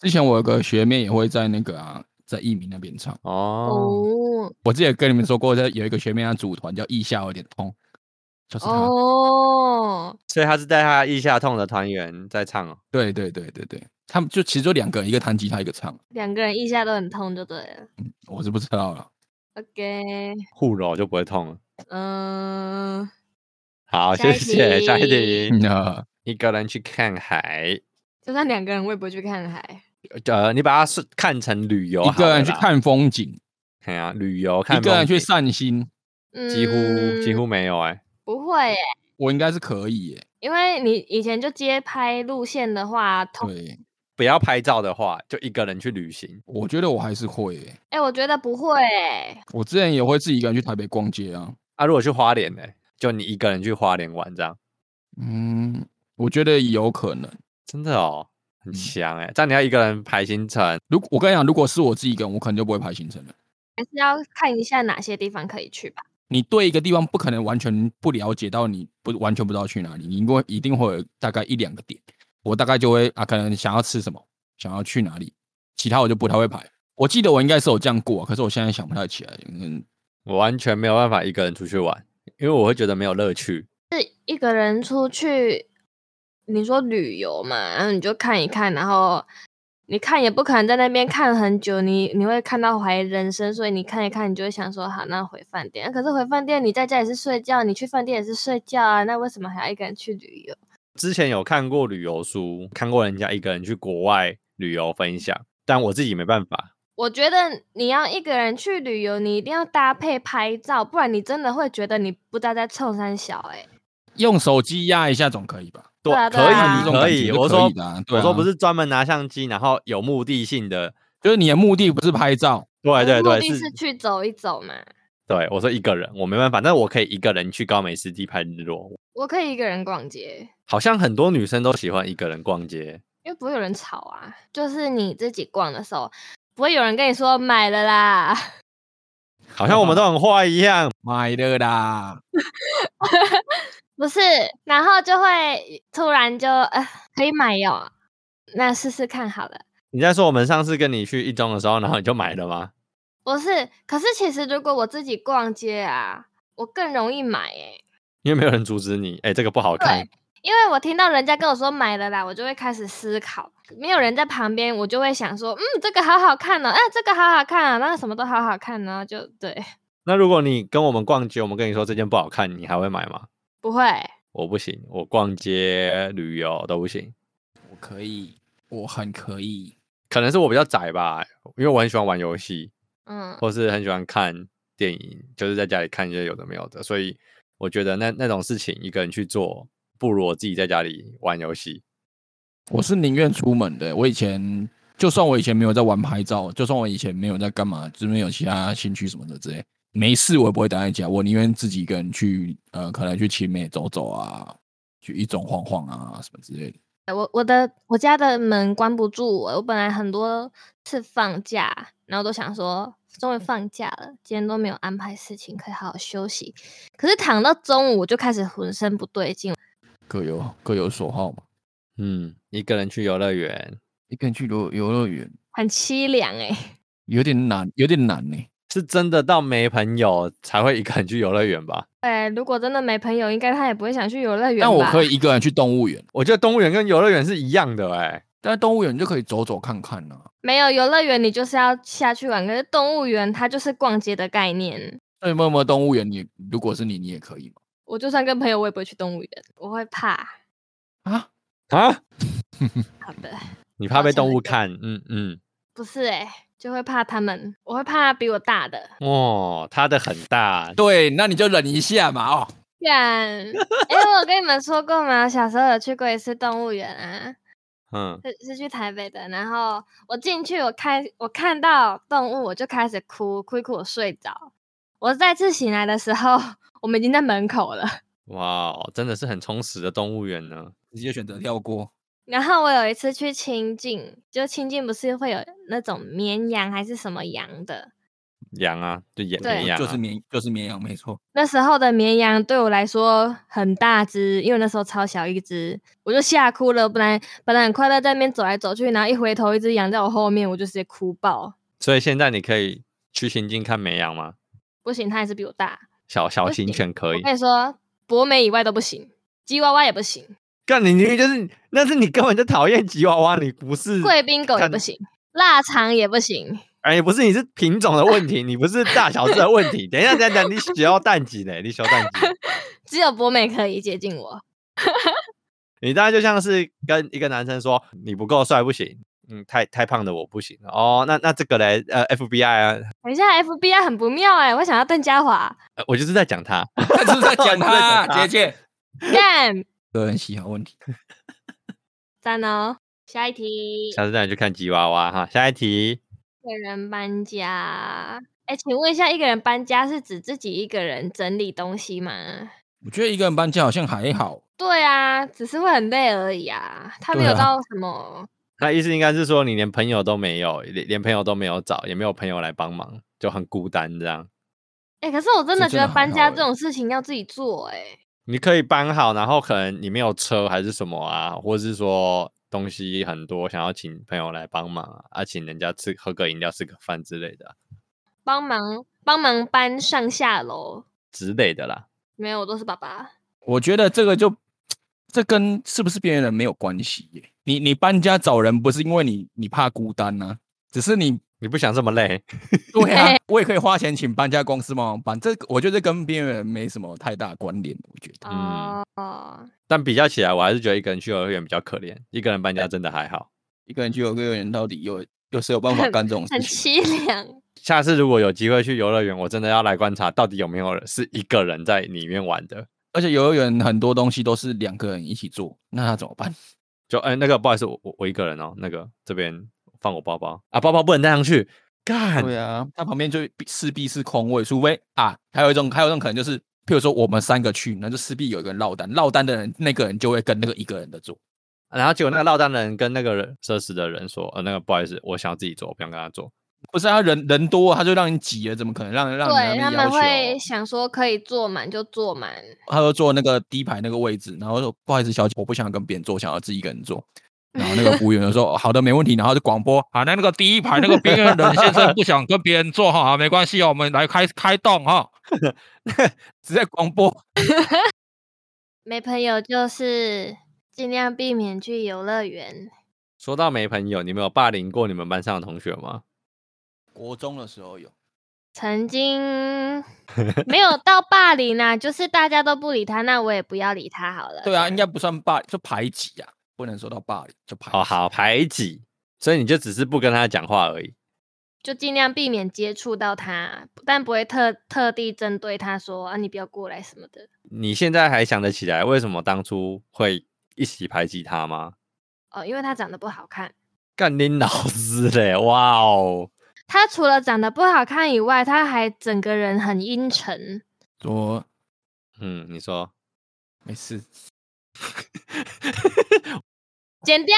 A: 之前我有个学妹也会在那个啊，在艺名那边唱。
B: 哦，
C: 哦
A: 我之前跟你们说过，在有一个学妹她组团叫腋下有点痛，就是她。
C: 哦，
B: 所以他是带他腋下痛的团员在唱哦。
A: 对对对对对，他们就其实就两个人，一个弹吉他，一个唱。
C: 两个人腋下都很痛，就对了。
A: 我是不知道了。
C: OK，
B: 护柔就不会痛了。
C: 嗯、
B: 好，
C: 下
B: 谢
C: 一
B: 谢。下一
C: 题
B: 题，
A: 那
B: 一个人去看海，
C: 就算两个人，我也不会去看海。
B: 呃，你把它是看成旅游，
A: 一个人去，看风景，
B: 看啊，旅游，看
A: 一个人去
B: 风景
A: 散心，
C: 嗯，
B: 几乎几乎没有哎、
C: 不会耶，
A: 我应该是可以耶。
C: 因为你以前就街拍路线的话，通
A: 对，
B: 不要拍照的话，就一个人去旅行。
A: 我觉得我还是会耶。
C: 哎、我觉得不会耶，
A: 我之前也会自己一个人去台北逛街啊。
B: 啊，如果去花莲呢、就你一个人去花莲玩这样，
A: 嗯，我觉得有可能。
B: 真的哦，很
A: 嗯
B: 香哎、这样你要一个人排行程，
A: 如果我跟你讲，如果是我自己一个人，我可能就不会排行程了。
C: 还是要看一下哪些地方可以去吧。
A: 你对一个地方不可能完全不了解到，你不完全不知道去哪里，你因为一定会有大概一两个点，我大概就会啊，可能想要吃什么，想要去哪里，其他我就不太会排。我记得我应该是有这样过，可是我现在想不太起来。嗯，
B: 我完全没有办法一个人出去玩，因为我会觉得没有乐趣。
C: 是一个人出去，你说旅游嘛，然后你就看一看，然后你看也不可能在那边看很久，你你会看到怀疑人生，所以你看一看，你就会想说，好，那回饭店。啊可是回饭店，你在家也是睡觉，你去饭店也是睡觉啊，那为什么还要一个人去旅游？
B: 之前有看过旅游书，看过人家一个人去国外旅游分享，但我自己没办法。
C: 我觉得你要一个人去旅游，你一定要搭配拍照，不然你真的会觉得你不知道在冲山小哎、
A: 用手机压一下总可以吧？
C: 对啊对
B: 可
C: 啊
B: 以可
A: 这
B: 以，
A: 种感觉
B: 我说
A: 是可以的啊对啊
B: 我说不是专门拿相机，然后有目的性的，
A: 就是你的目的不是拍照，
B: 对对
C: 啊目
B: 对，
C: 的
B: 是
C: 是去走一走嘛。
B: 对我说一个人，我没办法，但我可以一个人去高美湿地拍日落。
C: 我可以一个人逛街，
B: 好像很多女生都喜欢一个人逛街，
C: 因为不会有人吵啊。就是你自己逛的时候，不会有人跟你说买了啦。
B: 好像我们都很坏一样。
A: 买的啦。
C: 不是，然后就会突然就呃，可以买哟、那试试看好了。
B: 你在说我们上次跟你去一中的时候，然后你就买了吗？
C: 不是，可是其实如果我自己逛街啊，我更容易买诶、
B: 因为没有人阻止你，哎、这个不好看。
C: 因为我听到人家跟我说买了啦，我就会开始思考。没有人在旁边，我就会想说，嗯，这个好好看哦，哎、这个好好看啊，那个什么都好好看然后就对，
B: 那如果你跟我们逛街，我们跟你说这件不好看，你还会买吗？
C: 不会。
B: 我不行，我逛街、旅游都不行，
A: 我可以，我很可以。
B: 可能是我比较宅吧，因为我很喜欢玩游戏，
C: 嗯，
B: 或是很喜欢看电影，就是在家里看一些有的没有的，所以我觉得那那种事情一个人去做，不如我自己在家里玩游戏。
A: 我是宁愿出门的。我以前就算我以前没有在玩拍照，就算我以前没有在干嘛，就是没有其他兴趣什么的之类，没事我也不会待在家，我宁愿自己一个人去，呃，可能去青美走走啊，去一种晃晃啊什么之类的。
C: 我我的我家的门关不住我，我本来很多次放假，然后都想说终
A: 嗯
C: 于放假了，今天都没有安排事情，可以好好休息。可是躺到中午我就开始浑身不对劲，
A: 各有各有所好嘛。
B: 嗯，一个人去游乐园
A: 一个人去游游乐园
C: 很凄凉哎、
A: 有点难，有点难呢、
B: 是真的到没朋友才会一个人去游乐园吧？
C: 哎、如果真的没朋友，应该他也不会想去游乐园吧。
A: 但我可以一个人去动物园，
B: 我觉得动物园跟游乐园是一样的哎、
A: 但动物园就可以走走看看啊。
C: 没有游乐园，你就是要下去玩。可是动物园它就是逛街的概念，
A: 那有没有没有动物园？你如果是你，你也可以嘛？
C: 我就算跟朋友，我也不会去动物园，我会怕。
A: 啊，
B: 啊，
C: 好的。
B: 你怕被
C: 抱歉
B: 动
C: 我
B: 物
C: 就
B: 看？嗯嗯，
C: 不是哎、就会怕他们，我会怕比我大的。
B: 哦，它的很大，
A: 对，那你就忍一下嘛哦。
C: 干，哎、我有跟你们说过吗？小时候有去过一次动物园啊，
B: 嗯，
C: 是是去台北的。然后我进去，我开我看到动物，我就开始哭，哭一哭我睡着。我再次醒来的时候，我们已经在门口了。
B: 哇，哦真的是很充实的动物园呢。
A: 直接选择跳过。
C: 然后我有一次去清境，就清境不是会有那种绵羊还是什么羊的？
B: 羊啊，就羊
C: 对
B: 绵羊啊、
A: 就是绵就是绵羊，没错。
C: 那时候的绵羊对我来说很大只，因为那时候超小一只，我就吓哭了。本来本来很快乐在那边走来走去，然后一回头，一只羊在我后面，我就直接哭爆。
B: 所以现在你可以去新津看绵羊吗？
C: 不行，它还是比我大。
B: 小小
C: 不
B: 型
C: 行
B: 犬可
C: 我
B: 以。
C: 跟你说，博美以外都不行，吉娃娃也不行，
B: 干你，你就是那是你根本就讨厌吉娃娃，你不是
C: 贵宾狗也
B: 看
C: 不行，腊肠也不行。
B: 哎，不是你是品种的问题，你不是大小只的问题。等一下，等一下，等一下，你需要蛋几呢？你需要蛋几？
C: 只有博美可以接近我，
B: 你大概就像是跟一个男生说你不够帅不行，嗯，太太胖的我不行哦。那那这个嘞，呃，FBI 啊，
C: 等一下 FBI 很不妙哎、我想要邓家华，
B: 呃我就是在讲他，
A: 他是在讲
B: 我是在讲
A: 他，啊
B: 他
A: 姐姐。
C: 干
A: 个人喜好问题。
C: 赞哦。下一题，
B: 下次带你去看吉娃娃哈。下一题，
C: 一个人搬家，哎，请问一下，一个人搬家是指自己一个人整理东西吗？
A: 我觉得一个人搬家好像
B: 嗯
A: 还好，
C: 对啊，只是会很累而已啊，他没
A: 对
C: 有
A: 啊
C: 到什么。
B: 那意思应该是说你连朋友都没有，连连朋友都没有找，也没有朋友来帮忙，就很孤单这样。
C: 哎、可是我真
A: 这
C: 的
A: 真
C: 觉
A: 的
C: 得
A: 还
C: 搬家
A: 好
C: 这
A: 欸
C: 种事情要自己做、欸，哎，
B: 你可以搬好，然后可能你没有车还是什么啊，或者是说东西很多，想要请朋友来帮忙啊，啊请人家吃喝个饮料、吃个饭之类的啊、
C: 帮忙帮忙搬上下楼。
B: 之类的啦。
C: 没有，我都是爸爸。
A: 我觉得这个就这跟是不是边缘人没有关系耶。你你搬家找人不是因为你你怕孤单呢、只是你
B: 你不想这么累，
A: 对啊
C: 对，
A: 我也可以花钱请搬家公司帮忙搬。这个我觉得跟边缘人没什么太大关联，我觉得。
B: 嗯
C: 哦、哦，
B: 但比较起来，我还是觉得一个人去幼儿园比较可怜，一个人搬家真的还好。
A: 一个人去游乐园到底有有谁有办法干这种
C: 很
A: 事情？
C: 凄凉。
B: 下次如果有机会去游乐园，我真的要来观察到底有没有人是一个人在里面玩的。
A: 而且游乐园很多东西都是两个人一起做，那他怎么办？
B: 就哎、那个不好意思，我我我一个人哦，那个这边放我包包啊，包包不能带上去，干，
A: 对啊，他旁边就必势必是空位，除非啊，还有一种还有一种可能就是，譬如说我们三个去，那就势必有一个人落单，落单的人那个人就会跟那个一个人的坐。
B: 然后结果那个落单的人跟那个人社死的人说，呃，那个不好意思，我想要自己做，我不想跟他做。
A: 不是啊，人人多他就让你挤了，怎么可能让让你在那
C: 对
A: 边
C: 他们
A: 要求哦
C: 会想说可以坐满就坐满，
A: 他就坐那个第一排那个位置，然后说不好意思，小姐，我不想跟别人坐，想要自己一个人坐。然后那个服务员就说、哦好的，没问题。然后就广播啊，那那个第一排那个边缘人先生 不想跟别人坐哈、啊，没关系哦，我们来开开动 哈、只在广播。
C: 没朋友就是尽量避免去游乐园。
B: 说到没朋友，你们有霸凌过你们班上的同学吗？
A: 国中的时候有，
C: 曾 经没有到霸凌啊，就是大家都不理他，那我也不要理他好了。
A: 对啊，应该不算霸，就排挤啊，不能说到霸凌，就排挤
B: 哦，好排挤，所以你就只是不跟他讲话而已。
C: 就尽量避免接触到他，但不会特特地针对他说啊，你不要过来什么的。
B: 你现在还想得起来为什么当初会一起排挤他吗？
C: 哦，因为他长得不好看。
B: 干你老师嘞！哇哦，
C: 他除了长得不好看以外，他还整个人很阴沉。
A: 说
B: 嗯，你说
A: 没事，
C: 剪掉，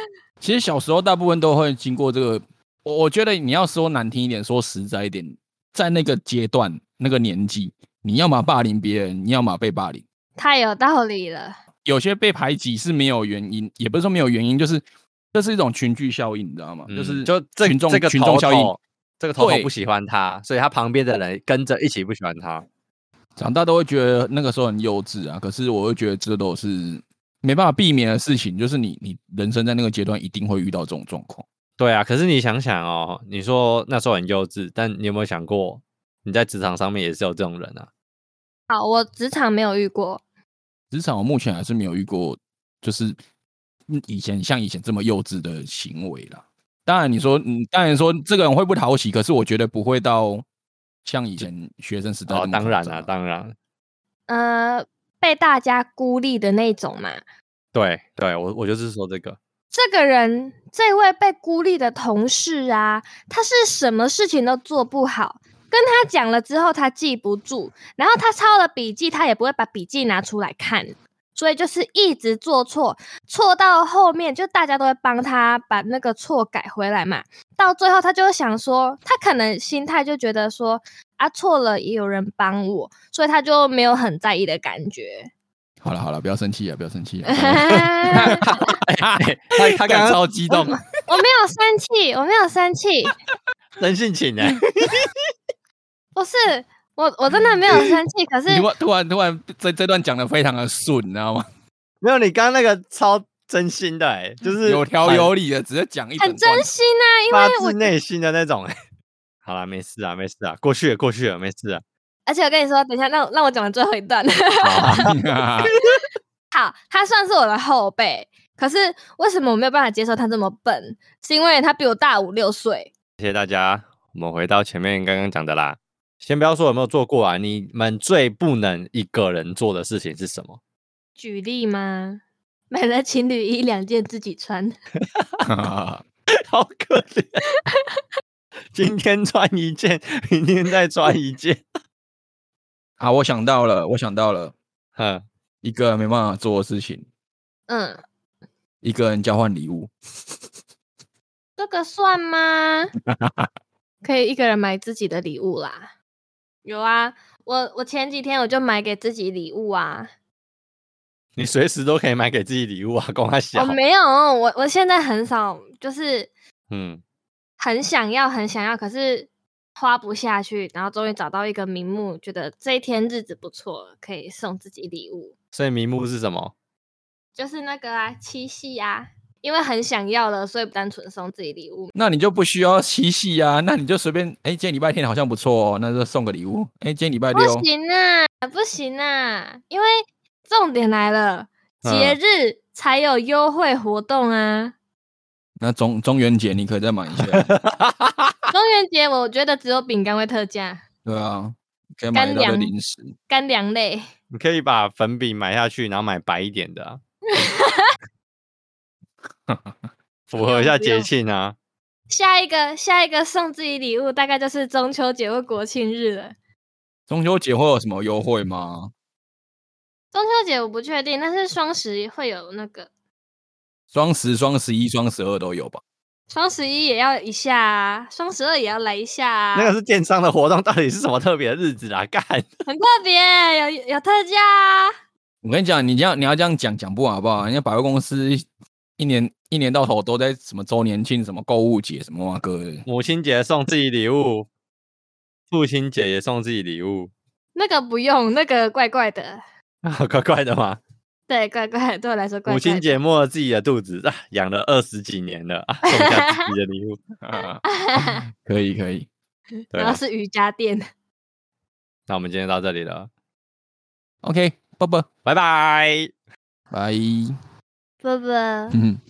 A: 其实小时候大部分都会经过这个，我我觉得你要说难听一点，说实在一点，在那个阶段、那个年纪，你要么霸凌别人，你要么被霸凌。
C: 太有道理了。
A: 有些被排挤是没有原因，也不是说没有原因，就是这是一种群聚效应，你知道吗？
B: 嗯
A: 就是
B: 就这
A: 群众
B: 这个
A: 群众
B: 头
A: 效应，
B: 头这个头头
A: 对
B: 不喜欢他，所以他旁边的人跟着一起不喜欢他。
A: 长大都会觉得那个时候很幼稚啊。可是我会觉得这都是没办法避免的事情，就是你你人生在那个阶段一定会遇到这种状况。
B: 对啊，可是你想想哦，你说那时候很幼稚，但你有没有想过，你在职场上面也是有这种人啊？
C: 好，我职场没有遇过，
A: 职场我目前还是没有遇过，就是嗯以前像以前这么幼稚的行为啦。当然你说，嗯，当然说这个人会不讨喜，可是我觉得不会到像以前学生时代
B: 哦，
A: 啊那么
B: 当
A: 夸
B: 然
A: 张
B: 啦、当然，
C: 呃，被大家孤立的那种嘛。
B: 对对，我我就是说 这个，
C: 这个人，这位被孤立的同事啊，他是什么事情都做不好。跟他讲了之后，他记不住，然后他抄了笔记，他也不会把笔记拿出来看，所以就是一直做错，错到后面就大家都会帮他把那个错改回来嘛。到最后，他就会想说，他可能心态就觉得说，啊错了也有人帮我，所以他就没有很在意的感觉。
A: 好了好了，不要生气啊，不要生 气啊。
B: 他他 刚刚超激动，
C: 我没有生气，我没有生气。
B: 真性情哎、
C: 不是我，我真的没有生气，可是
A: 你突然突然突然这这段讲的非常的顺，你知道吗？
B: 没有，你刚刚那个超真心的哎、就是
A: 有条
B: 很
A: 有理的，直接讲一整
C: 很
A: 段
C: 真心啊，因
B: 发
C: 为我
B: 自内心的那种哎、好啦，没事啊，没事啊，过去了，过去了，没事 啊。
C: 而且我跟你说，等一下让让我讲完最后一段。
B: 好啊
C: 好，他算是我的后辈，可是为什么我没有办法接受他这么笨？是因为他比我大五六岁。
B: 谢谢大家。我们回到前面刚刚讲的啦，先不要说有没有做过啊，你们最不能一个人做的事情是什么？
C: 举例吗？ 买了情侣衣两件自己穿，
B: 好可怜。 今天穿一件，明天再穿一件。
A: 啊！我想到了，我想到了
B: 嗯，
A: 一个没办法做的事情，
C: 嗯，
A: 一个人交换礼物。
C: 这个算吗？ 可以一个人买自己的礼物啦。有啊，我我前几天我就买给自己礼物啊，
B: 你随时都可以买给自己礼物啊，光他小
C: 我，哦没有，我我现在很少，就是
B: 嗯，
C: 很想要，很想要，可是花不下去，然后终于找到一个名目，觉得这一天日子不错了，可以送自己礼物，
B: 所以名目是什么？
C: 就是那个啊，七夕啊，因为很想要了，所以不单纯送自己礼物。
A: 那你就不需要七夕啊， 那你就随便，哎、今天礼拜天好像不错哦，那就送个礼物。哎、今天礼拜
C: 不
A: 六，
C: 行啊，不行啊，因为重点来了，节
B: 嗯
C: 日才有优惠活动啊。
A: 那中中元节你可以再买一 下，
C: 中元节我觉得只有饼干会特价，
A: 对啊，可以买一大堆
C: 干粮
A: 零食。
C: 干粮类。
B: 你可以把粉饼买下去，然后买白一点的、啊，符合一下
C: 不用
B: 节庆啊。
C: 下一个下一个送自己礼物，大概就是中秋节或国庆日了。
A: 中秋节会有什么优惠吗？
C: 中秋节我不确定，但是双十会有那个，
A: 双十、双十一、双十二都有吧？
C: 双十一也要一下啊，双十二也要来一下啊，
B: 那个是电商的活动，到底是什么特别的日子啊？ 干，
C: 很特别，有有特价啊。
A: 我跟你讲，你这样你要这样讲讲不完好不好？人家百货公司一年一年到头都在什么周年庆、什么购物节、什么哇哥的，
B: 母亲节送自己礼物，父亲节也送自己礼物，
C: 那个不用，那个怪怪的，
B: 怪怪的嘛。
C: 对，怪怪的，对我来说怪怪的。
B: 母亲节摸了自己的肚子啊，养了二十几年了啊，送一下自己的礼物。 啊
A: 可以可以。
B: 对
C: 然后
B: 啊，
C: 是瑜伽垫。
B: 那我们今天到这里了，
A: OK，拜拜嗯
B: 拜拜。
A: 拜，
C: 不不，
A: 嗯。